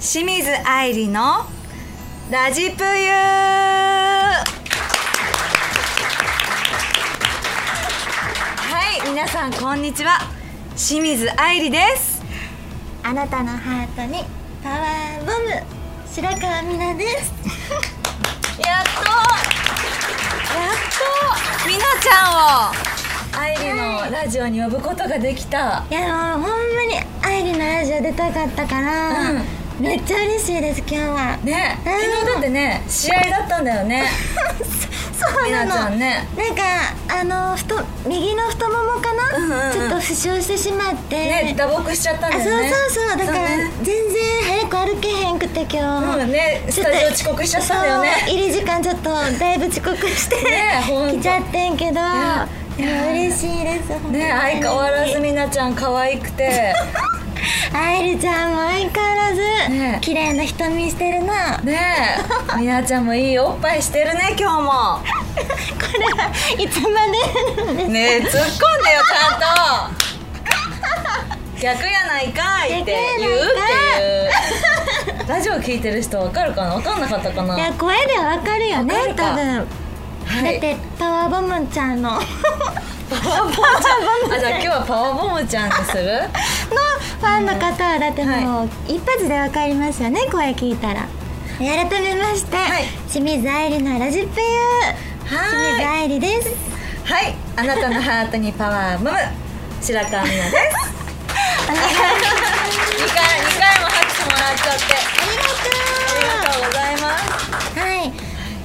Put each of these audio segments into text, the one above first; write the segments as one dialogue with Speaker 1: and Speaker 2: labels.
Speaker 1: 清水愛理のラジプユはい皆さんこんにちは清水愛理です
Speaker 2: あなたのハートにパワーボム白川美奈です
Speaker 1: やっとやっとみなちゃんを愛理のラジオに呼ぶことができた、
Speaker 2: いやもうほんまに愛理のラジオ出たかったから、
Speaker 1: うん
Speaker 2: めっちゃ嬉しいです今日は
Speaker 1: ね
Speaker 2: うん
Speaker 1: 昨日だってね試合だったんだよね
Speaker 2: そう
Speaker 1: みな
Speaker 2: なの
Speaker 1: ちゃんね
Speaker 2: なんかあのふと右の太ももかな、
Speaker 1: うんうんうん
Speaker 2: ちょっと負傷してしまって、
Speaker 1: ね打撲しちゃったん
Speaker 2: あ
Speaker 1: だ
Speaker 2: そう
Speaker 1: よね
Speaker 2: そうそうだから
Speaker 1: そう
Speaker 2: 全然早く歩けへんくて今日、
Speaker 1: うんねスタジオ遅刻しちゃったんだよね
Speaker 2: そう入り時間ちょっとだいぶ遅刻して、
Speaker 1: ねほんと
Speaker 2: 来ちゃってんけど、
Speaker 1: ね
Speaker 2: いや嬉しいです本当に
Speaker 1: ね相変わらずみなちゃん可愛くて
Speaker 2: 愛理ちゃんも相変わらず、
Speaker 1: ね
Speaker 2: 綺麗な瞳してるなこ
Speaker 1: ねえみなちゃんもいいおっぱいしてるね今日も
Speaker 2: れはいつまでなんですか
Speaker 1: ねえ突っ込んでよちゃんと逆やないかいって言うっていうラジオ聞いてる人わかるかなわかんなかったかない
Speaker 2: や声でわかるよね
Speaker 1: わかるか
Speaker 2: 多分、
Speaker 1: はい
Speaker 2: だってパワーボムちゃんののフ
Speaker 1: パワーボムちゃんあじゃあ今日はパワーボムちゃんにする
Speaker 2: ァンの方はだってもう一発でわかりますよね声聞いたら改めまして、
Speaker 1: はい
Speaker 2: 清水愛理のラジプユー清水
Speaker 1: は
Speaker 2: 愛理です
Speaker 1: いはいあなたのハートにパワーボム白川美奈です
Speaker 2: ありが
Speaker 1: 2回二回も拍手もらっちゃってありがとうございます
Speaker 2: とうはい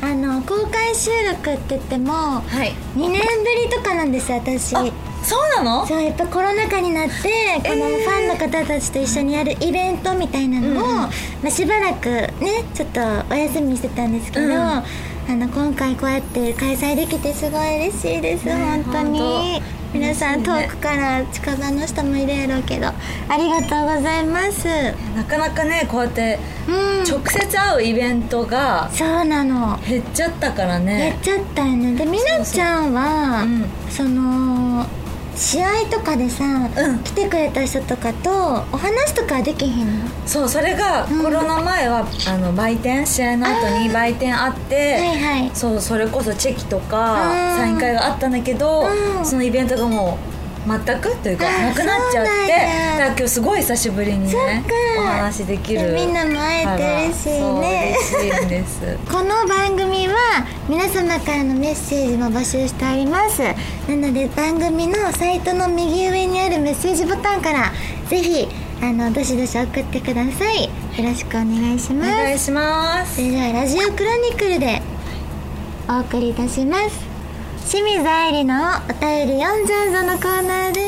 Speaker 2: あの公開収録って言っても
Speaker 1: はい
Speaker 2: 2年ぶりとかなんです私
Speaker 1: あそうなの
Speaker 2: そうやっぱコロナ禍になってこのファンの方たちと一緒にやるイベントみたいなのを、まあ、しばらくねちょっとお休みしてたんですけど、
Speaker 1: うん
Speaker 2: あの今回こうやって開催できてすごい嬉しいです、
Speaker 1: ね
Speaker 2: 本当に
Speaker 1: 本当
Speaker 2: 皆さん、
Speaker 1: 嬉しいね
Speaker 2: 遠くから近場の人もいるやろうけどありがとうございます
Speaker 1: なかなかねこうやって
Speaker 2: うん
Speaker 1: 直接会うイベントが
Speaker 2: そうなの
Speaker 1: 減っちゃったから
Speaker 2: や
Speaker 1: ね
Speaker 2: っちゃったよねでみなちゃんは
Speaker 1: そう
Speaker 2: その試合とかでさ、
Speaker 1: うん
Speaker 2: 来てくれた人とかとお話とかはできへんの
Speaker 1: そうそれが
Speaker 2: ん
Speaker 1: コロナ前は、あの売店試合の後に売店あって
Speaker 2: はいはい
Speaker 1: そうそれこそチェキとか
Speaker 2: うん
Speaker 1: サイン会があったんだけど、
Speaker 2: うん
Speaker 1: そのイベントがもう全くというか
Speaker 2: あー
Speaker 1: なくなっちゃって
Speaker 2: そうな
Speaker 1: だ
Speaker 2: んや
Speaker 1: から今日すごい久しぶりに
Speaker 2: そっ
Speaker 1: ね
Speaker 2: か
Speaker 1: お話できる
Speaker 2: みんなも会えて嬉しいね
Speaker 1: そう嬉しいんです
Speaker 2: この番組は皆様からのメッセージも募集しておりますなので番組のサイトの右上にあるメッセージボタンからぜひあのどしどし送ってくださいよろしくお願いし
Speaker 1: お
Speaker 2: ます
Speaker 1: 願いします
Speaker 2: それではラジオクロニクルでお送りいたします清水愛理のお便り読んじゃうぞのコーナーです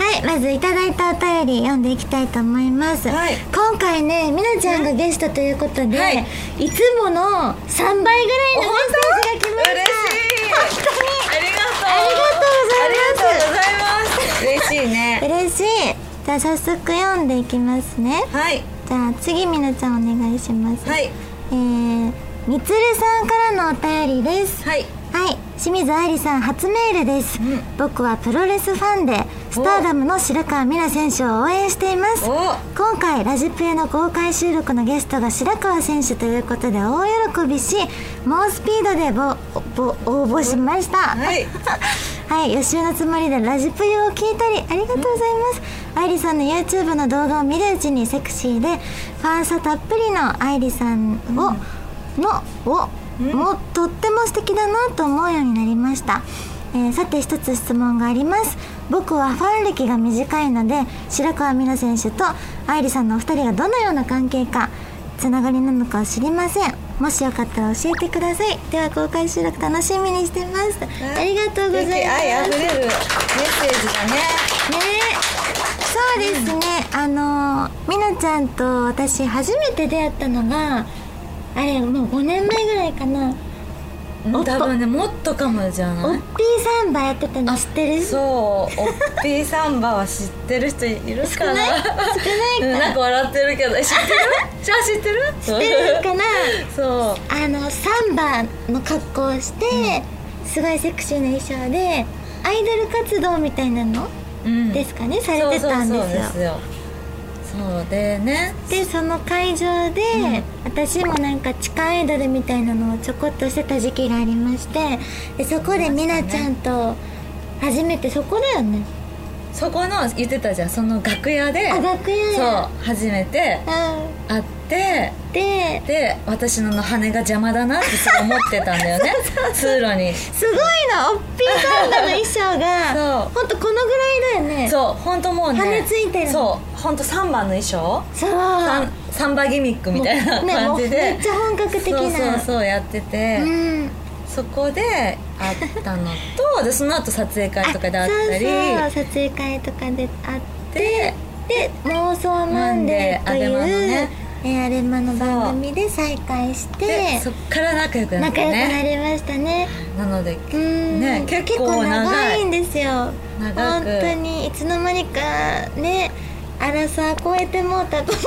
Speaker 2: はいまずいただいたお便り読んでいきたいと思います、
Speaker 1: はい
Speaker 2: 今回ねみなちゃんがゲストということで、
Speaker 1: はい
Speaker 2: い、つもの3倍ぐらいのメッセージが来ました
Speaker 1: 嬉しい
Speaker 2: 本当に
Speaker 1: ありがとう
Speaker 2: ありがとうご
Speaker 1: あり
Speaker 2: ざいます
Speaker 1: がとうございます嬉しいね
Speaker 2: 嬉しいじゃあ早速読んでいきますね
Speaker 1: はい
Speaker 2: じゃあ次みなちゃんお願いします
Speaker 1: はい
Speaker 2: えー、みつるさんからのお便りです
Speaker 1: はい
Speaker 2: はい清水愛理さん初メールです、
Speaker 1: ん
Speaker 2: 僕はプロレスファンでスターダムの白川美奈選手を応援しています
Speaker 1: お
Speaker 2: 今回ラジプレの公開収録のゲストが白川選手ということで大喜びし猛スピードでぼぼ応募しました
Speaker 1: はい
Speaker 2: はい予習のつもりでラジプユを聞いたりありがとうございます愛理さんの YouTube の動画を見るうちにセクシーでファンさたっぷりの愛理さんを、のを、もうとっても素敵だなと思うようになりました、えーさて一つ質問があります僕はファン歴が短いので白川美奈選手と愛理さんのお二人がどのような関係かつながりなのかを知りませんもしよかったら教えてくださいでは公開収録楽しみにしてますありがとうございます
Speaker 1: 素敵愛あふれるメッセージだね
Speaker 2: ねそうですね、あのみなちゃんと私初めて出会ったのがあれもう5年前ぐらいかなおっと
Speaker 1: 多分ねもっとかもじゃ
Speaker 2: おっ
Speaker 1: な
Speaker 2: ぴ
Speaker 1: い
Speaker 2: ーサンバやってたの知ってる
Speaker 1: そうおっぴーサンバは知ってる人いる
Speaker 2: 少
Speaker 1: か
Speaker 2: ない
Speaker 1: な
Speaker 2: 少
Speaker 1: うん
Speaker 2: な
Speaker 1: な
Speaker 2: い
Speaker 1: ん
Speaker 2: か
Speaker 1: か笑ってるけどえ知ってるじゃあ知ってる
Speaker 2: 知ってるかな
Speaker 1: そう
Speaker 2: あのサンバの格好をして、すごいセクシーな衣装でアイドル活動みたいなの
Speaker 1: うん
Speaker 2: ですかね、されてたんですよ
Speaker 1: そうそうそうですよそうでね
Speaker 2: でその会場で、
Speaker 1: うん
Speaker 2: 私もなんか地下アイドルみたいなのをちょこっとしてた時期がありましてでそこでみなちゃんと初めてそこだよね
Speaker 1: そこの言ってたじゃんその楽屋で
Speaker 2: あ楽屋
Speaker 1: そう
Speaker 2: や
Speaker 1: 初めて
Speaker 2: う
Speaker 1: 会って
Speaker 2: んで
Speaker 1: で私の羽が邪魔だなってすごい思ってたんだよ ね通路に
Speaker 2: すごいなおっぴーサンダの衣装が
Speaker 1: そう
Speaker 2: ほんとこのぐらいだよね
Speaker 1: そう本当もうね
Speaker 2: 羽ついてる
Speaker 1: そう本当三番の衣装
Speaker 2: そう
Speaker 1: サンサンバギミックみたいな
Speaker 2: ね
Speaker 1: 感
Speaker 2: もう
Speaker 1: じで、
Speaker 2: めっちゃ本格的な
Speaker 1: そうそうそうやってて、
Speaker 2: うん
Speaker 1: そこで会ったの とでその後撮影会とかで会ったり
Speaker 2: あそうそう撮影会とかで会っ
Speaker 1: で
Speaker 2: て妄想マンデーという
Speaker 1: マンデーアレマのね
Speaker 2: えーアレマの番組で再会して
Speaker 1: でそっから仲良くなっ
Speaker 2: 仲
Speaker 1: た
Speaker 2: 良くな
Speaker 1: ね
Speaker 2: りましたね
Speaker 1: なので
Speaker 2: うん
Speaker 1: ね結構長い
Speaker 2: 長いんですよ
Speaker 1: 長
Speaker 2: 本
Speaker 1: く
Speaker 2: 当にいつの間にかねアラサー超えてもうたと思って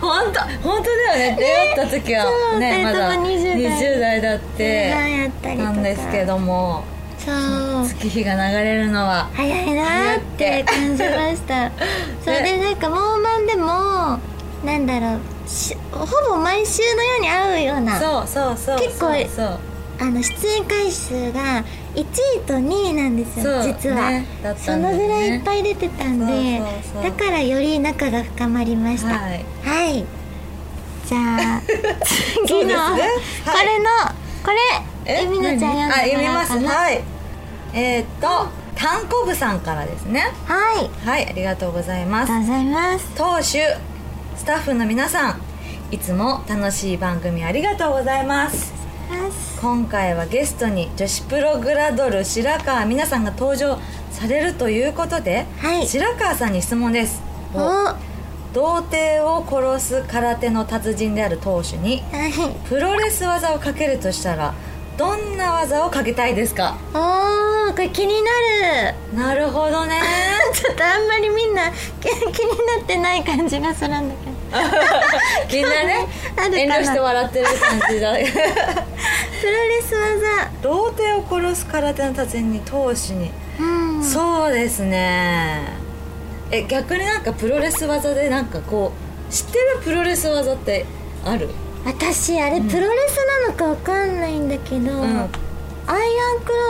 Speaker 1: 本当本当だよね出会った時は
Speaker 2: ね
Speaker 1: ね
Speaker 2: そ
Speaker 1: ま
Speaker 2: う
Speaker 1: だ
Speaker 2: 二人とも20代
Speaker 1: 20代だっ
Speaker 2: 何
Speaker 1: て
Speaker 2: やったりと
Speaker 1: な
Speaker 2: か
Speaker 1: んですけども
Speaker 2: そう
Speaker 1: 月日が流れるのは
Speaker 2: 早いなーって感じました それでなんか「モーマン」でもなんだろうしほぼ毎週のように会うような
Speaker 1: そうそうそう
Speaker 2: 結構
Speaker 1: そうそう
Speaker 2: あの出演回数が1位と2位なんですよ
Speaker 1: そう
Speaker 2: 実は、
Speaker 1: ねだっ
Speaker 2: そ
Speaker 1: たんだ
Speaker 2: の
Speaker 1: よね
Speaker 2: ぐらいいっぱい出てたんで
Speaker 1: そうそうそう
Speaker 2: だからより仲が深まりましたは
Speaker 1: はいい、
Speaker 2: じゃあ
Speaker 1: そ
Speaker 2: 次
Speaker 1: うですね
Speaker 2: の、
Speaker 1: はい
Speaker 2: これのこれ
Speaker 1: え
Speaker 2: えみなちゃん
Speaker 1: 何
Speaker 2: 読んでもらおう
Speaker 1: あ
Speaker 2: かな
Speaker 1: 読みます
Speaker 2: は
Speaker 1: は
Speaker 2: い、
Speaker 1: いえーっとたんこぶさんからですね
Speaker 2: あり
Speaker 1: はいありがとうございま
Speaker 2: が
Speaker 1: す
Speaker 2: とうございます
Speaker 1: 当主スタッフの皆さんいつも楽しい番組ありがとうございます今回はゲストに女子プログラドル白川美奈さんが登場されるということで、
Speaker 2: はい
Speaker 1: 白川さんに質問です
Speaker 2: おは
Speaker 1: 童貞を殺す空手の達人である当主に
Speaker 2: い
Speaker 1: プロレス技をかけるとしたらどんな技をかけたいですか
Speaker 2: おーこれ気になる
Speaker 1: なるほどね
Speaker 2: ちょっとあんまりみんな気 気になってない感じがするんだけ
Speaker 1: みん
Speaker 2: ど
Speaker 1: なね
Speaker 2: あるかな
Speaker 1: 遠慮して笑ってる感じ だ
Speaker 2: プロレス技
Speaker 1: 童貞を殺す空手の達人に当主に、
Speaker 2: うん
Speaker 1: そうですねえ逆になんかプロレス技でなんかこう知ってるプロレス技ってある
Speaker 2: 私あれプロレスなのかわかんないんだけど、
Speaker 1: ん
Speaker 2: アイアンクロ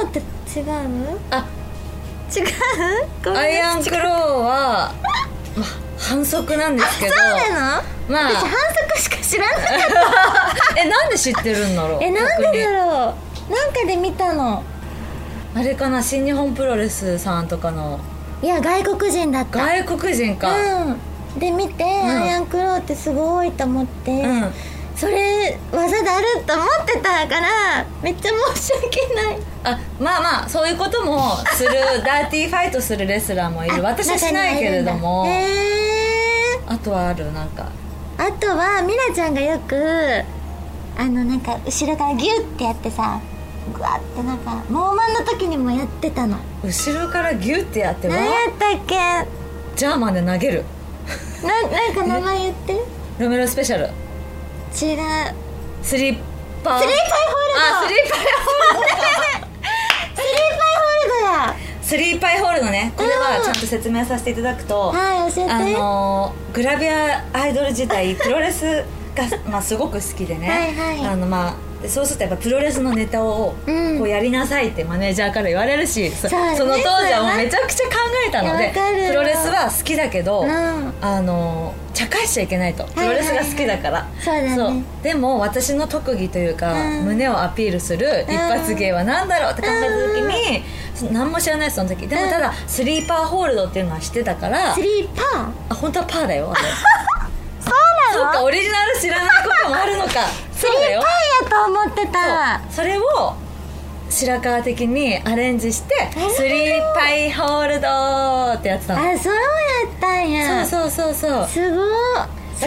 Speaker 2: ーって違う
Speaker 1: あ
Speaker 2: 違うごめん
Speaker 1: アイアンクローは、まあ、反則なんですけど
Speaker 2: そうなの
Speaker 1: ま
Speaker 2: 私
Speaker 1: あ
Speaker 2: 反則しか知らなか った
Speaker 1: えなんで知ってるんだろう
Speaker 2: えなんで
Speaker 1: 逆に
Speaker 2: だろうなんかで見たの
Speaker 1: あれかな新日本プロレスさんとかの
Speaker 2: いや外国人だった
Speaker 1: 外国人か
Speaker 2: うんで見て、アイアンクローってすごいと思って、
Speaker 1: うん、
Speaker 2: それ技であると思ってたからめっちゃ申し訳ない
Speaker 1: あまあまあそういうことも するダーティーファイトするレスラーもいる
Speaker 2: あ
Speaker 1: 私はしないけれども、
Speaker 2: 中にはいるんだへー
Speaker 1: あとはあるなんか
Speaker 2: あとはミラちゃんがよくあのなんか後ろからギュッてやってさグワッてなんかモーマンの時にもやってたの
Speaker 1: 後ろからギュッてやってわ
Speaker 2: 何やったっけ
Speaker 1: ジャーマンで投げる
Speaker 2: ななんか名前言って違う
Speaker 1: ロメロスペシャル
Speaker 2: スリー
Speaker 1: スリッパー
Speaker 2: パイホール
Speaker 1: あ
Speaker 2: ド
Speaker 1: スリッパ
Speaker 2: スリーパイホール
Speaker 1: スリーパイホールドねこれ
Speaker 2: う
Speaker 1: は
Speaker 2: ん
Speaker 1: ちゃんと説明させていただくと、
Speaker 2: ドやはい教えて
Speaker 1: あのーグラビアアイドル時 代プロレスが、まあ、すごく好きでね
Speaker 2: はいはい
Speaker 1: あの、まあ、でそうするとやっぱプロレスのネタを
Speaker 2: うん
Speaker 1: こうやりなさいってマネージャーから言われるし、そ
Speaker 2: そうね
Speaker 1: その当時はも
Speaker 2: そううね
Speaker 1: めちゃくちゃ考えたの
Speaker 2: いや
Speaker 1: で
Speaker 2: わかるよ
Speaker 1: プロレスは好きだけど、
Speaker 2: うん
Speaker 1: あのー茶化しちゃいけないとプ
Speaker 2: いはい
Speaker 1: ロ
Speaker 2: はい
Speaker 1: レスが好きだから、
Speaker 2: そうだね
Speaker 1: そうでも私の特技というか、
Speaker 2: うん
Speaker 1: 胸をアピールする一発芸は何だろうって考えた時に、そ何も知らないですその時でもただスリーパーホールドっていうのは知ってたから
Speaker 2: スリーパー
Speaker 1: あ本当はパーだよあれ
Speaker 2: そう
Speaker 1: そっ
Speaker 2: な
Speaker 1: か
Speaker 2: の
Speaker 1: オリジナル知らないこともあるのか
Speaker 2: ス
Speaker 1: そ
Speaker 2: リ
Speaker 1: うだ
Speaker 2: ー
Speaker 1: よ
Speaker 2: パーやと思ってた
Speaker 1: そうそれを白川的にアレンジして
Speaker 2: るほど
Speaker 1: 「スリーパイホールド」ってやってたの
Speaker 2: あそうやったんや
Speaker 1: そうそうそうそう
Speaker 2: すごいそ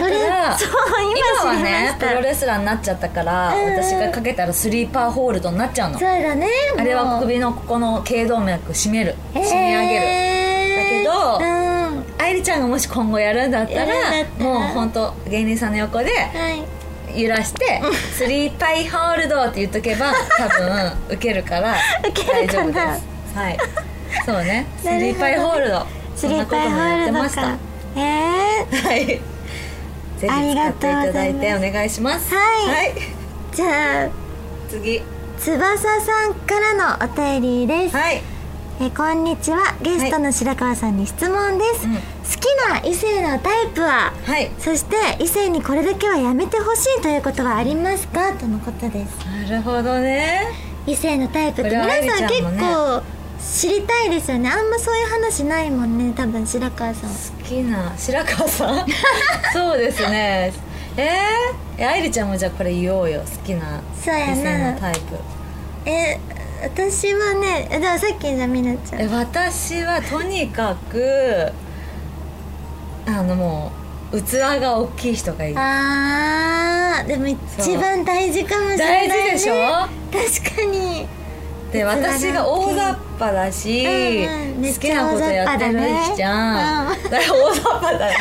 Speaker 1: だか
Speaker 2: れ
Speaker 1: ら
Speaker 2: そう
Speaker 1: 今
Speaker 2: 今
Speaker 1: は
Speaker 2: 知りま
Speaker 1: ね
Speaker 2: し
Speaker 1: プ
Speaker 2: た
Speaker 1: ロレスラーになっちゃったから、
Speaker 2: うん
Speaker 1: 私がかけたらスリーパーホールドになっちゃうの
Speaker 2: そうだね
Speaker 1: あれ
Speaker 2: も
Speaker 1: は
Speaker 2: う
Speaker 1: 首のここの頸動脈締める締め上げる、
Speaker 2: えー
Speaker 1: だけど
Speaker 2: うん
Speaker 1: 愛理ちゃんがもし今後やるんだった
Speaker 2: や
Speaker 1: ら
Speaker 2: るんだったら
Speaker 1: もう本当芸人さんの横で
Speaker 2: はい
Speaker 1: 揺らして「スリーパイホー ルド」って言っとけば多分受けるから
Speaker 2: ウケるかな
Speaker 1: 大丈夫ですはいそう ねスリーパイホールド
Speaker 2: スリーパイホール
Speaker 1: そんなこともやって
Speaker 2: ド
Speaker 1: まし
Speaker 2: か
Speaker 1: た
Speaker 2: えー、
Speaker 1: はい。ぜひ使っていただいて
Speaker 2: ありがとうございま
Speaker 1: お願いします。
Speaker 2: はい
Speaker 1: はい。
Speaker 2: じゃあ
Speaker 1: 次。
Speaker 2: 翼さんからのお便りです、
Speaker 1: はい。
Speaker 2: えこんにちはゲストの白川さんに質問です、
Speaker 1: うん
Speaker 2: 好きな異性のタイプは
Speaker 1: はい。
Speaker 2: そして異性にこれだけはやめてほしいということはありますかとのことです
Speaker 1: なるほどね。
Speaker 2: 異性のタイプっ
Speaker 1: こ
Speaker 2: て
Speaker 1: れは
Speaker 2: 皆さん
Speaker 1: 愛理ち
Speaker 2: 結
Speaker 1: ゃんもね
Speaker 2: 構知りたいですよねあんまそういう話ないもんね多分白川さんは
Speaker 1: 好きな白川 さん。そうですね。えー、え、愛理ちゃんもじゃあこれ言おうよ。好きな
Speaker 2: そうやな
Speaker 1: 異性のタイプ。
Speaker 2: え私はねえでもさっきじゃみなちゃん
Speaker 1: え、私はとにかくあのもう器が大きい人がいい。
Speaker 2: あーでも一番大事かもしれない、ね、
Speaker 1: 大事でしょ
Speaker 2: 確かに
Speaker 1: で
Speaker 2: 器が大きい
Speaker 1: 私が大雑把だし、
Speaker 2: うんうんめっ
Speaker 1: 好
Speaker 2: ち
Speaker 1: きな
Speaker 2: ゃ
Speaker 1: ことやってる
Speaker 2: 大雑把だね
Speaker 1: いきちゃん、
Speaker 2: うん
Speaker 1: だから大雑把だね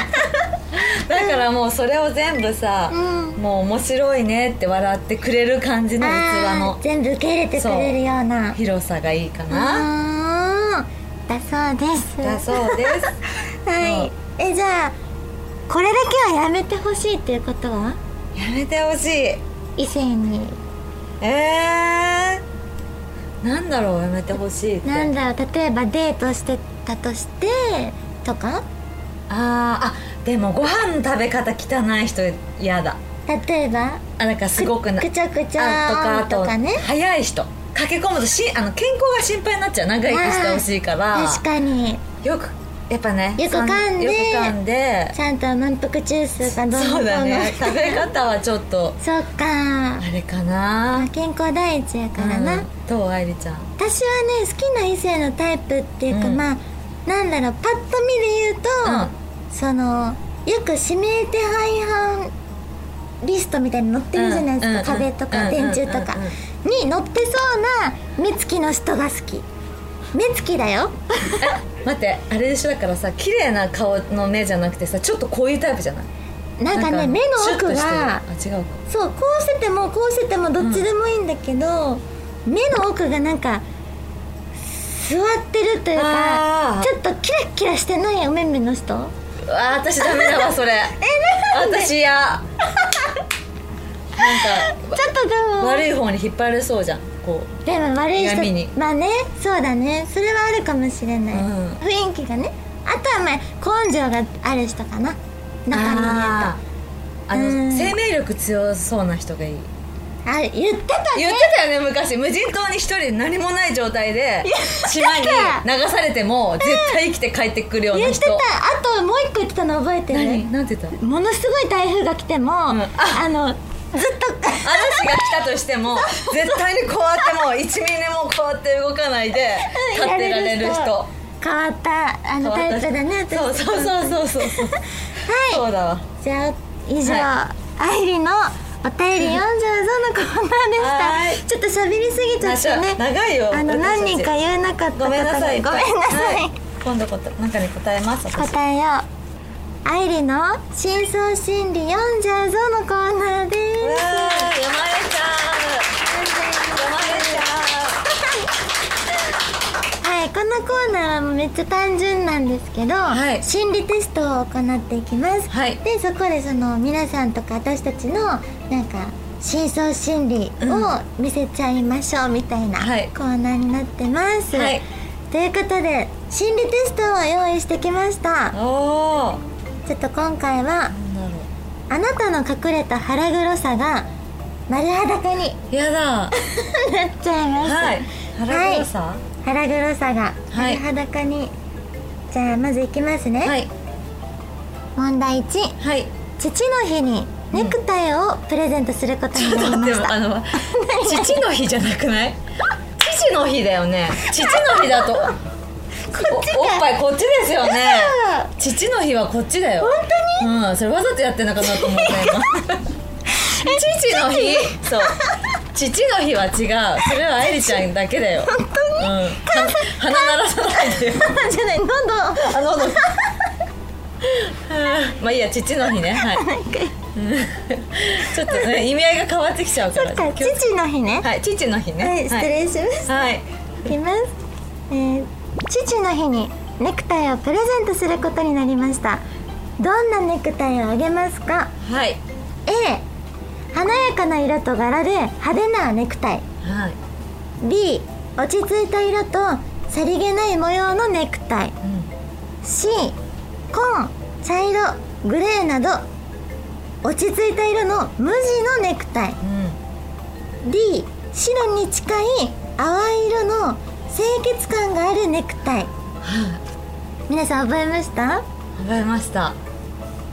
Speaker 1: だからもうそれを全部さ、
Speaker 2: う
Speaker 1: もう面白いねって笑ってくれる感じの器
Speaker 2: あー
Speaker 1: の
Speaker 2: 全部受け入れてくれるような
Speaker 1: 広さがいいかな、
Speaker 2: あーだそうです
Speaker 1: だそうです
Speaker 2: はいえじゃあこれだけはやめてほしいっていうことは
Speaker 1: やめてほしい
Speaker 2: 異性に
Speaker 1: えー、なんだろうやめてほしいって
Speaker 2: なんだろう例えばデートしてたとしてとか
Speaker 1: あーあでもご飯の食べ方汚い人嫌だ
Speaker 2: 例えば
Speaker 1: あなんかすごくな
Speaker 2: くちゃくちゃ
Speaker 1: あとかあと
Speaker 2: とかね
Speaker 1: 早い人駆け込むとしあの健康が心配になっちゃう長生きしてほしいから
Speaker 2: 確かに
Speaker 1: よくやっぱね
Speaker 2: よく噛んで
Speaker 1: さよく噛んで
Speaker 2: ちゃんと満腹中枢がどんど
Speaker 1: そ
Speaker 2: んど
Speaker 1: うん
Speaker 2: ど
Speaker 1: だ
Speaker 2: ん
Speaker 1: ね食べ方はちょっと
Speaker 2: そうか
Speaker 1: あれか
Speaker 2: ま
Speaker 1: な
Speaker 2: あ健康第一やからな、
Speaker 1: うんどう愛理ちゃん
Speaker 2: 私はね好きな異性のタイプっていうか、
Speaker 1: うん
Speaker 2: まあなんだろうパッと見で言うと、
Speaker 1: うん
Speaker 2: そのよく指名手配犯リストみたいに載ってるじゃないですか、
Speaker 1: うんうんうん
Speaker 2: 壁とか
Speaker 1: うんうん
Speaker 2: 電
Speaker 1: うん
Speaker 2: 柱とかに載ってそうな目つきの人が好き目つきだよ
Speaker 1: 待ってあれでしょだからさ綺麗な顔の目じゃなくてさちょっとこういうタイプじゃない
Speaker 2: なんかね目の
Speaker 1: シュッ
Speaker 2: 奥
Speaker 1: としてる
Speaker 2: が
Speaker 1: あ違うか
Speaker 2: そうこうしててもこうしててもどっちでもいいんだけど、目の奥がなんか座ってるというか
Speaker 1: あー
Speaker 2: ちょっとキラッキラしてないお目目の人
Speaker 1: うわー私ダメだわそれえ私 やなんか
Speaker 2: ちょっとでも
Speaker 1: 悪い方に引っ張られそうじゃんこう
Speaker 2: でも悪い
Speaker 1: 闇に
Speaker 2: 人まあねそうだねそれはあるかもしれない、
Speaker 1: うん
Speaker 2: 雰囲気がねあとはまあ根性がある人かな中に
Speaker 1: あーあの、
Speaker 2: うん
Speaker 1: 生命力強そうな人がいい
Speaker 2: ある言ってた
Speaker 1: 言
Speaker 2: ね
Speaker 1: ってたよね昔無人島に一人何もない状態で島に流されても絶対生きて帰ってくるような
Speaker 2: 言っ
Speaker 1: 人
Speaker 2: てたあともう一個言ってたの覚えて
Speaker 1: 何
Speaker 2: る
Speaker 1: なんて言った
Speaker 2: ものすごい台風が来ても、あのずっと
Speaker 1: 嵐が来たとして も絶対にこうやってもう1ミリもこうやって動かないで立ってられる人
Speaker 2: 変わったあのタイプだね
Speaker 1: そう
Speaker 2: 私
Speaker 1: そうそうそうそうそう
Speaker 2: は
Speaker 1: そうだわ
Speaker 2: いじゃあ以上、
Speaker 1: は
Speaker 2: 愛理のお便り40ぞのコーナーでした
Speaker 1: はーい
Speaker 2: ちょっと喋りすぎちゃってね
Speaker 1: 長いよ
Speaker 2: あの
Speaker 1: 私たち
Speaker 2: 何人か言えなかった
Speaker 1: ごめんなさい
Speaker 2: ことでごめんなさい、
Speaker 1: は今度こなんかに答えます私
Speaker 2: 答えよう愛理の真相心理40ぞのコーナーで
Speaker 1: うわー読まれちゃう読まれち
Speaker 2: す
Speaker 1: ゃ
Speaker 2: はいこのコーナーはめっちゃ単純なんですけど、
Speaker 1: はい
Speaker 2: 心理テストを行っていきます、
Speaker 1: はい
Speaker 2: でそこでその皆さんとか私たちのなんか深層心理を見せちゃいましょうみたいな
Speaker 1: はい
Speaker 2: コーナーになってます、
Speaker 1: はい
Speaker 2: ということで心理テストを用意してきました
Speaker 1: うおお
Speaker 2: ちょっと今回
Speaker 1: な
Speaker 2: は
Speaker 1: んだろ
Speaker 2: あなたの隠れた腹黒さが丸裸に
Speaker 1: うやだ
Speaker 2: なっちゃいます、
Speaker 1: はい腹黒さ
Speaker 2: 腹黒さが
Speaker 1: は
Speaker 2: 丸
Speaker 1: い
Speaker 2: 裸に、じゃあまずいきますね、
Speaker 1: はい
Speaker 2: 問題1
Speaker 1: はい
Speaker 2: 父の日にネクタイをプレゼントすることになりま
Speaker 1: で
Speaker 2: し
Speaker 1: も
Speaker 2: た
Speaker 1: あの父の日じゃなくない父の日だよね父の日だ と
Speaker 2: こっちか
Speaker 1: おおっぱいこっちですよね
Speaker 2: 嘘
Speaker 1: 父の日はこっちだよ
Speaker 2: 本
Speaker 1: うんそれわざとやってんのかなと思った 今父の日そう父の日は違うそれは愛理ちゃんだけだよ本当に、うん、鼻鳴らさないでよ
Speaker 2: じゃない喉を
Speaker 1: あの まあいいや父の日ね はいうんちょっとね意味合いが変わってきちゃうから
Speaker 2: そっか父の日ね
Speaker 1: はい父の日ね
Speaker 2: はい、失礼します、
Speaker 1: はい
Speaker 2: いきます、えー父の日にネクタイをプレゼントすることになりましたどんなネクタイをあげますか
Speaker 1: はい
Speaker 2: A 華やかな色と柄で派手なネクタイ
Speaker 1: はい
Speaker 2: B 落ち着いた色とさりげない模様のネクタイ
Speaker 1: うん
Speaker 2: C 紺茶色グレーなど落ち着いた色の無地のネクタイ
Speaker 1: うん
Speaker 2: D 白に近い淡い色の清潔感があるネクタイ
Speaker 1: はい
Speaker 2: 皆さん覚えました
Speaker 1: わかりました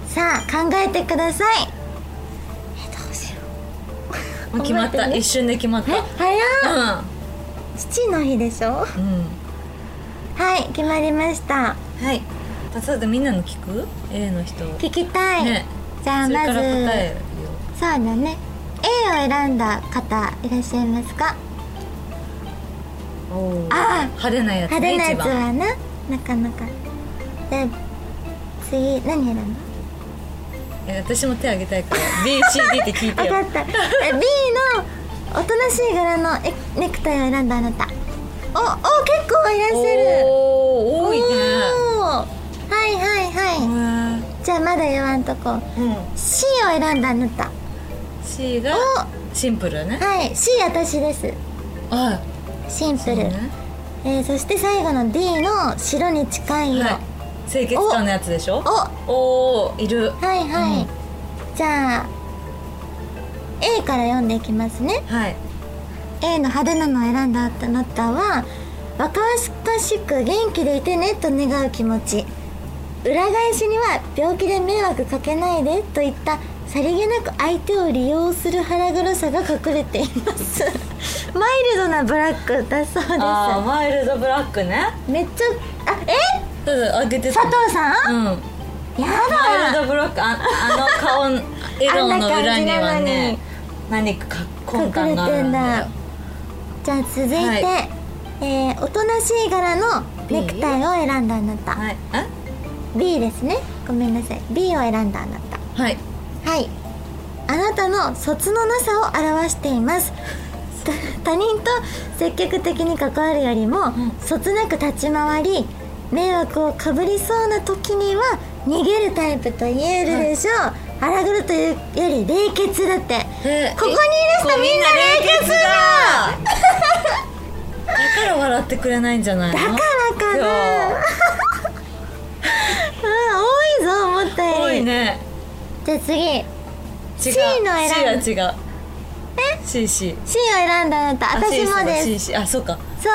Speaker 2: さあ考えてくださいえどうしよ
Speaker 1: もう決まっ
Speaker 2: 覚えて
Speaker 1: た
Speaker 2: ね
Speaker 1: 一瞬で決まっ
Speaker 2: うえ
Speaker 1: た
Speaker 2: 早っ
Speaker 1: う
Speaker 2: 父の日でしょ
Speaker 1: んうん
Speaker 2: はい決まりました
Speaker 1: はいあそうだみんなの聞く A の人
Speaker 2: 聞きたい、
Speaker 1: ね
Speaker 2: じゃあ
Speaker 1: それ
Speaker 2: ま
Speaker 1: か
Speaker 2: ず
Speaker 1: ら
Speaker 2: そう
Speaker 1: 答
Speaker 2: だ
Speaker 1: えるよ
Speaker 2: ね A を選んだ方いらっしゃいますか
Speaker 1: おー
Speaker 2: ああ
Speaker 1: 派手なやつ
Speaker 2: 派手な
Speaker 1: ね
Speaker 2: や
Speaker 1: 一
Speaker 2: つ
Speaker 1: 番
Speaker 2: はななかなかで次何選んだ
Speaker 1: え私も手あげたい から BCD って聞いて
Speaker 2: 分か
Speaker 1: よ
Speaker 2: ったえ B のおとなしい柄のえネクタイを選んだあなたおお結構いらっしゃる
Speaker 1: おー多いね
Speaker 2: おーはいはいはい、じゃあまだ言わんとこ
Speaker 1: うん
Speaker 2: C を選んだあなた
Speaker 1: C がシンプルね
Speaker 2: はい C 私です
Speaker 1: あ
Speaker 2: シンプ
Speaker 1: そう
Speaker 2: ル、
Speaker 1: ね
Speaker 2: えーそして最後の D の白に近い色、
Speaker 1: はい清潔感のやつでしょ
Speaker 2: お
Speaker 1: おおいる
Speaker 2: はいはい、じゃあ A から読んでいきますね
Speaker 1: はい
Speaker 2: A の派手なのを選んだあなたは若々しく元気でいてねと願う気持ち裏返しには病気で迷惑かけないでといったさりげなく相手を利用する腹黒さが隠れています マイルドなブラックだそうです
Speaker 1: あーマイルドブラックね
Speaker 2: めっちゃあえ
Speaker 1: そうそうあげてた
Speaker 2: 佐藤さん、
Speaker 1: うん
Speaker 2: や
Speaker 1: マイル
Speaker 2: だ
Speaker 1: ドブラックああの顔色の裏にはね何か根幹があるんだよ
Speaker 2: じゃあ続いて、
Speaker 1: はい
Speaker 2: えーおとなしい柄のネクタイを選んだあなた、
Speaker 1: はいえ
Speaker 2: B ですねごめんなさい B を選んだあなた
Speaker 1: はい
Speaker 2: はいあなたの卒のなさを表していますた他人と積極的に関わるよりも、
Speaker 1: ん
Speaker 2: 卒なく立ち回り迷惑をかぶりそうな時には逃げるタイプと言えるでしょう、腹黒というより冷血だって
Speaker 1: え
Speaker 2: ここにいる人みんな冷血
Speaker 1: だ
Speaker 2: だ
Speaker 1: から笑ってくれないんじゃないの
Speaker 2: だからかな
Speaker 1: 今
Speaker 2: うん多いぞ思った
Speaker 1: 日
Speaker 2: よ
Speaker 1: 多
Speaker 2: り
Speaker 1: いね
Speaker 2: じゃあ次 C
Speaker 1: 違う
Speaker 2: の選ん
Speaker 1: C は違うえ CC
Speaker 2: C を選んだあなた私もです
Speaker 1: CC あそうか
Speaker 2: そう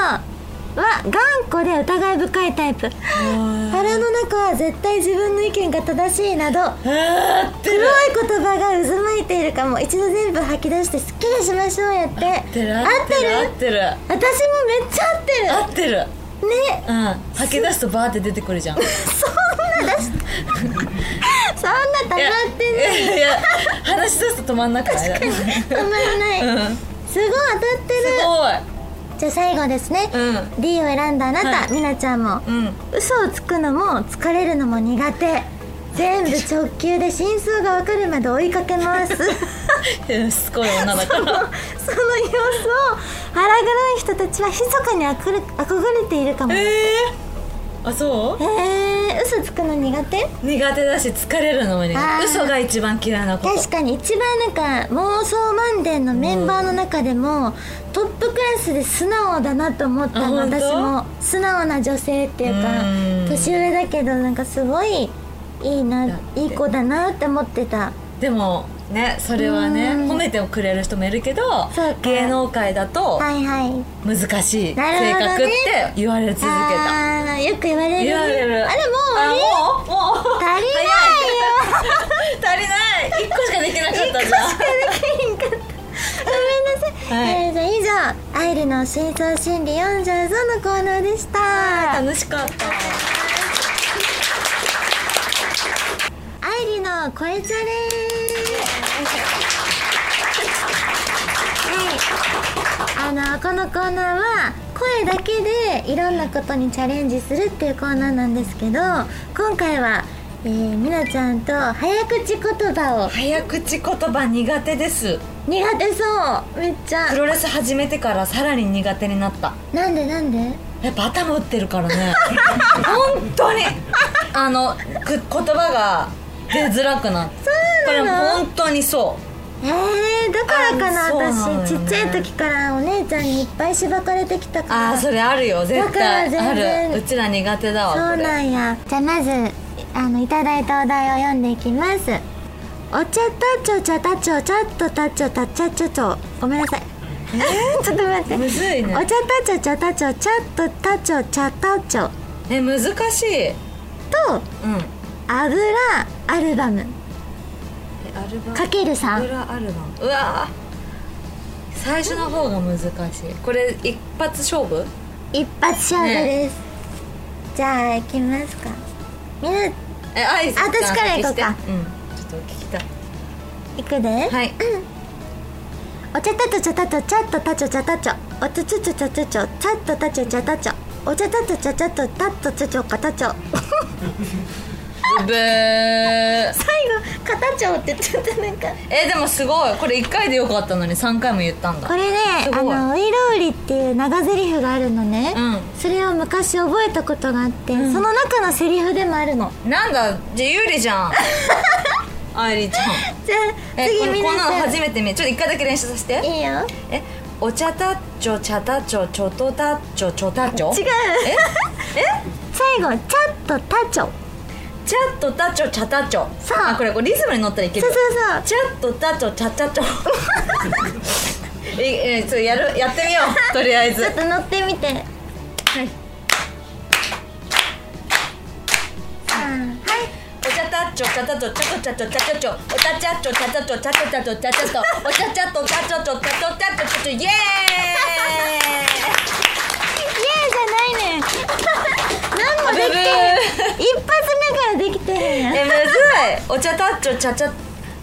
Speaker 2: は頑固で疑い深いタイプ腹の中は絶対自分の意見が正しいなど
Speaker 1: あーってる
Speaker 2: 黒い言葉が渦巻いているかも一度全部吐き出してすっきりしましょうやって合
Speaker 1: 合ってる合ってる合ってる
Speaker 2: 私もめっちゃ合って
Speaker 1: 合ってる
Speaker 2: るね
Speaker 1: うん吐き出すとバーって出てくるじゃん
Speaker 2: そん な出しそんな溜まってない
Speaker 1: いやいや話し出すと止まんなくない確かにす
Speaker 2: 止まらない、
Speaker 1: うん
Speaker 2: すごい当たってるじゃあ最後ですね、
Speaker 1: ごいうん
Speaker 2: D を選んだあなた、
Speaker 1: はい
Speaker 2: みなちゃんも、
Speaker 1: うん
Speaker 2: 嘘をつくのも疲れるのも苦手全部直球で真相が分かるまで追いかけ 回すその
Speaker 1: いやしつこい女だから
Speaker 2: その様子を腹黒い人たちは密かに憧れ憧れているかも
Speaker 1: え
Speaker 2: え
Speaker 1: ー、あそう
Speaker 2: ー、嘘つくの苦手
Speaker 1: 苦手だし疲れるのも苦
Speaker 2: あー
Speaker 1: 手嘘が一番嫌いなこと
Speaker 2: 確かに一番なんか妄想マンデーのメンバーの中でも、トップクラスで素直だなと思ったの
Speaker 1: あ本当
Speaker 2: 私も素直な女性っていうか
Speaker 1: うん
Speaker 2: 年上だけどなんかすごいい
Speaker 1: だ
Speaker 2: いな
Speaker 1: って
Speaker 2: いい子だなって思ってた
Speaker 1: でもねそれはね
Speaker 2: うん
Speaker 1: 褒めてくれる人もいるけど
Speaker 2: そうか
Speaker 1: 芸能界だと
Speaker 2: はいはい
Speaker 1: 難しい性
Speaker 2: なるほどね
Speaker 1: 格って言われ続けた、
Speaker 2: あーよく言われる
Speaker 1: 言われる
Speaker 2: あれもう終わり
Speaker 1: あもうもう
Speaker 2: 足りないよ
Speaker 1: 足りない一個しかできなかったじゃん
Speaker 2: できんかったごめんなさい、
Speaker 1: はい
Speaker 2: えーじゃあ以上「愛理の真相心理43」のコーナーでした
Speaker 1: 楽しかった
Speaker 2: アイリの声チャレはいあのこのコーナーは声だけでいろんなことにチャレンジするっていうコーナーなんですけど今回は、えー、みなちゃんと早口言葉を
Speaker 1: 早口言葉苦手です
Speaker 2: 苦手そうめっちゃ
Speaker 1: プロレス始めてからさらに苦手になった
Speaker 2: なんでなんで
Speaker 1: やっぱ頭打ってるからね 本当にあのく言葉が出づらくなってこれ本当にそう
Speaker 2: えー、だからか
Speaker 1: あ
Speaker 2: な
Speaker 1: そうなのよね
Speaker 2: 私ちっちゃい時からお姉ちゃんにいっぱいしばかれてきたから
Speaker 1: ああそれあるよ絶対
Speaker 2: だから全然
Speaker 1: あるうちら苦手だわ
Speaker 2: そう
Speaker 1: これ
Speaker 2: なんやじゃあまずあのいただいたお題を読んでいきますお茶たちょちゃたちょちゃっとたちょたちゃちょちょごめんなさいちょっと待って
Speaker 1: むずいね
Speaker 2: お茶たちょちゃたちょちゃっとたちょちゃたちょ
Speaker 1: え難しい
Speaker 2: と
Speaker 1: うん
Speaker 2: あぐらアルバム
Speaker 1: えアルバム
Speaker 2: かける
Speaker 1: ア
Speaker 2: さん
Speaker 1: ルアルバムうわー最初の方が難しいこれ一発勝負
Speaker 2: 一発勝負です、じゃあ行きますかみんな
Speaker 1: えアイス
Speaker 2: あ私から行こ
Speaker 1: うん
Speaker 2: うか
Speaker 1: ちょっと聞きたい
Speaker 2: 行くで、
Speaker 1: はい
Speaker 2: お茶たちょちゃたちょちゃっとたちょちゃたちょお茶ちょちょちょちょちょちゃっとたちょちゃたちょお茶たちょちゃちゃとたっとちょちょかたちょ
Speaker 1: ブー
Speaker 2: 最後かたちょってちょっとなんか
Speaker 1: えでもすごいこれ1回でよかったのに3回も言ったん
Speaker 2: こ
Speaker 1: だ
Speaker 2: れね
Speaker 1: す
Speaker 2: あ
Speaker 1: ごい
Speaker 2: の「ういろうり」っていう長ゼリフがあるのね、
Speaker 1: うん
Speaker 2: それを昔覚えたことがあって、その中のセリフでもあるの
Speaker 1: なんだじゃあゆりじゃ んあいりちゃん
Speaker 2: じゃあ
Speaker 1: えこ
Speaker 2: 次
Speaker 1: れ
Speaker 2: み
Speaker 1: こん
Speaker 2: な
Speaker 1: なの
Speaker 2: さん
Speaker 1: 初めて見るちょっと1回だけ練習させて
Speaker 2: いいよ
Speaker 1: えお茶たっちょ茶たっちょちょとたっちょちょたっちょ
Speaker 2: 違う
Speaker 1: ええ
Speaker 2: 最後「ちゃっとたちょ
Speaker 1: ちゃっとたっちょちゃたっちょ
Speaker 2: そう
Speaker 1: あこれこれリズムに乗ったらい」ける
Speaker 2: そうそう
Speaker 1: ちゃっとたっちょちゃち ゃちょええちょっとやるやってみようとりあえず
Speaker 2: そうちょっと乗ってみて
Speaker 1: はい
Speaker 2: さあはい
Speaker 1: お茶たっちょちゃたっちょちゃとちゃとちゃとちょお茶ちゃっちょちゃたっちょちゃとちゃとちゃとちょお茶ちゃっとちゃとちょちゃとちゃとちょちょイエーイ
Speaker 2: イエー じゃないねん何もできてへん一発目からできてへんやん
Speaker 1: えむずいお茶たっちょちゃちゃ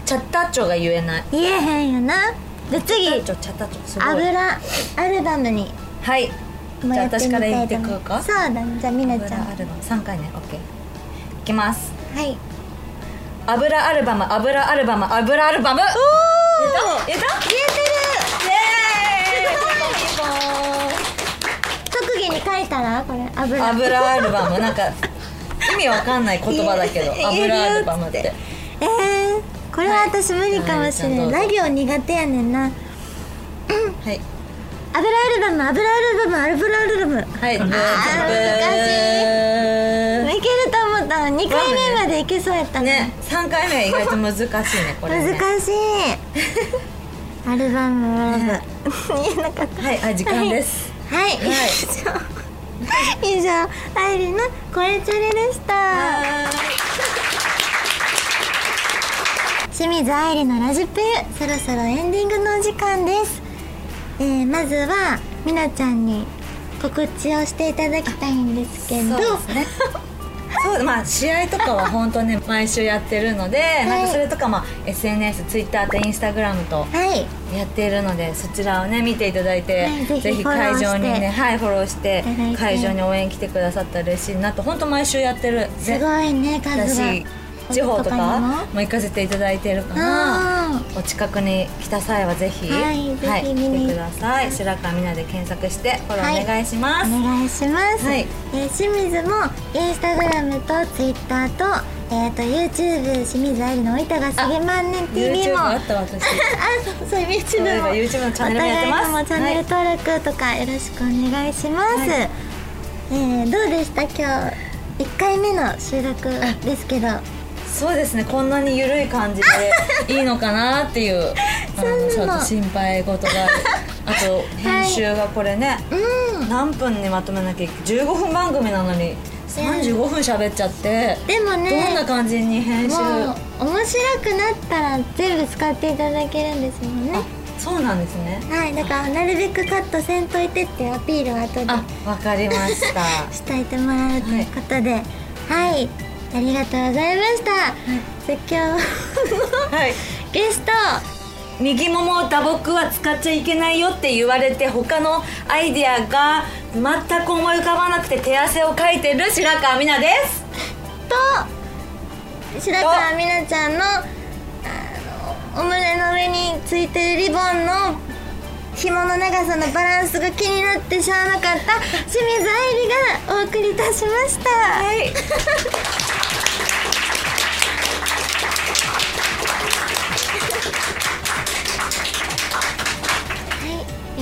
Speaker 1: ちゃたっちょが言えない
Speaker 2: 言えへんよなで次
Speaker 1: ちゃたっちょちゃたっちょすごい
Speaker 2: 油アルバムに
Speaker 1: はいじ
Speaker 2: も
Speaker 1: ゃあ
Speaker 2: やって
Speaker 1: 私
Speaker 2: み
Speaker 1: から
Speaker 2: た
Speaker 1: 言っ
Speaker 2: いと
Speaker 1: て
Speaker 2: 思
Speaker 1: く
Speaker 2: う
Speaker 1: るか
Speaker 2: そうだねじゃあみなちゃ
Speaker 1: 油ア
Speaker 2: んは
Speaker 1: ルバム3回ねオッケーいきます
Speaker 2: い
Speaker 1: 油アルバム油アルバム油アルバムおえたえた
Speaker 2: 言え
Speaker 1: イエーイ
Speaker 2: てる特技に書いたらこれ油
Speaker 1: 油アルバムなんか意味わかんない言葉だけど
Speaker 2: 言え
Speaker 1: 油アルバムっ
Speaker 2: 言え
Speaker 1: て
Speaker 2: るよえー、これは私無理かもしれん、
Speaker 1: はい
Speaker 2: ラ行苦手やねんな
Speaker 1: はい
Speaker 2: 油アルバム油アルバム油アルバム
Speaker 1: はいブーブー
Speaker 2: 難いけると思ったの2回目までいけそうやったの
Speaker 1: ね3回目は意外と難しいねこれね
Speaker 2: 難しいアルバムアルバム言えなかっ
Speaker 1: はいあ時
Speaker 2: た
Speaker 1: 間です
Speaker 2: はい、
Speaker 1: はい
Speaker 2: 以上以上あゆりの声チャレでした
Speaker 1: は
Speaker 2: 清水あゆりのラジプユそろそろエンディングのお時間です、えー、まずはみなちゃんに告知をしていただきたいんですけ
Speaker 1: ーい
Speaker 2: ど
Speaker 1: そうですねそうまあ試合とかは本当ね毎週やってるので、なんかそれとかまあ SNSTwitter と Instagram と
Speaker 2: はい
Speaker 1: やっているのでそちらをね見ていただいて、
Speaker 2: はいぜ
Speaker 1: ぜ
Speaker 2: ひ
Speaker 1: ひ会場に
Speaker 2: フォローして
Speaker 1: ねはいフォローして
Speaker 2: いただいて
Speaker 1: 会場に応援来てくださったら嬉しいなと本当毎週やってる
Speaker 2: すごいね数が
Speaker 1: 私地方とか
Speaker 2: にも
Speaker 1: も行かせていただいてるから
Speaker 2: あ
Speaker 1: お近くに来た際はぜひ、
Speaker 2: はいぜひ見に
Speaker 1: 来てください白川みなで検索してフォローお願いしま
Speaker 2: お
Speaker 1: す、
Speaker 2: 願いします、
Speaker 1: はい
Speaker 2: えー清水もインスタグラムとツイッターと,、えー、と YouTube 清水愛理のおいたがすげまんねん TV
Speaker 1: YouTube
Speaker 2: も
Speaker 1: あ
Speaker 2: あ
Speaker 1: った私
Speaker 2: そう YouTube
Speaker 1: そういえば
Speaker 2: も
Speaker 1: YouTube のチャンネルもやってます
Speaker 2: お互いともチャンネル登録とかよろしくお願いします、
Speaker 1: はい
Speaker 2: えーどうでした今日1回目の収録ですけど
Speaker 1: そうですねこんなに緩い感じ でいいのかなっていうあのち
Speaker 2: そ
Speaker 1: ょ
Speaker 2: んな
Speaker 1: っ
Speaker 2: の
Speaker 1: と心配事があるあと編集がこれね、
Speaker 2: うん
Speaker 1: 何分にまとめなきゃいけない15分番組なのに35分喋っちゃって、
Speaker 2: でもね
Speaker 1: どんな感じに編集
Speaker 2: もう面白くなったら全部使っていただけるんですもんね
Speaker 1: あそうなんですね
Speaker 2: はい、だからなるべくカットせんといてっていうアピールを後で
Speaker 1: あわかりました
Speaker 2: しといてもらうということで、はい、ありがとうございました。じゃあ今日の
Speaker 1: はい
Speaker 2: ゲスト、
Speaker 1: 右ももを打撲は使っちゃいけないよって言われて他のアイディアが全く思い浮かばなくて手汗をかいてる白川美奈です
Speaker 2: と白川みなちゃんのあのお胸の上についてるリボンの紐の長さのバランスが気になってしゃあなかった清水愛理がお送りいたしました
Speaker 1: はい
Speaker 2: はい、え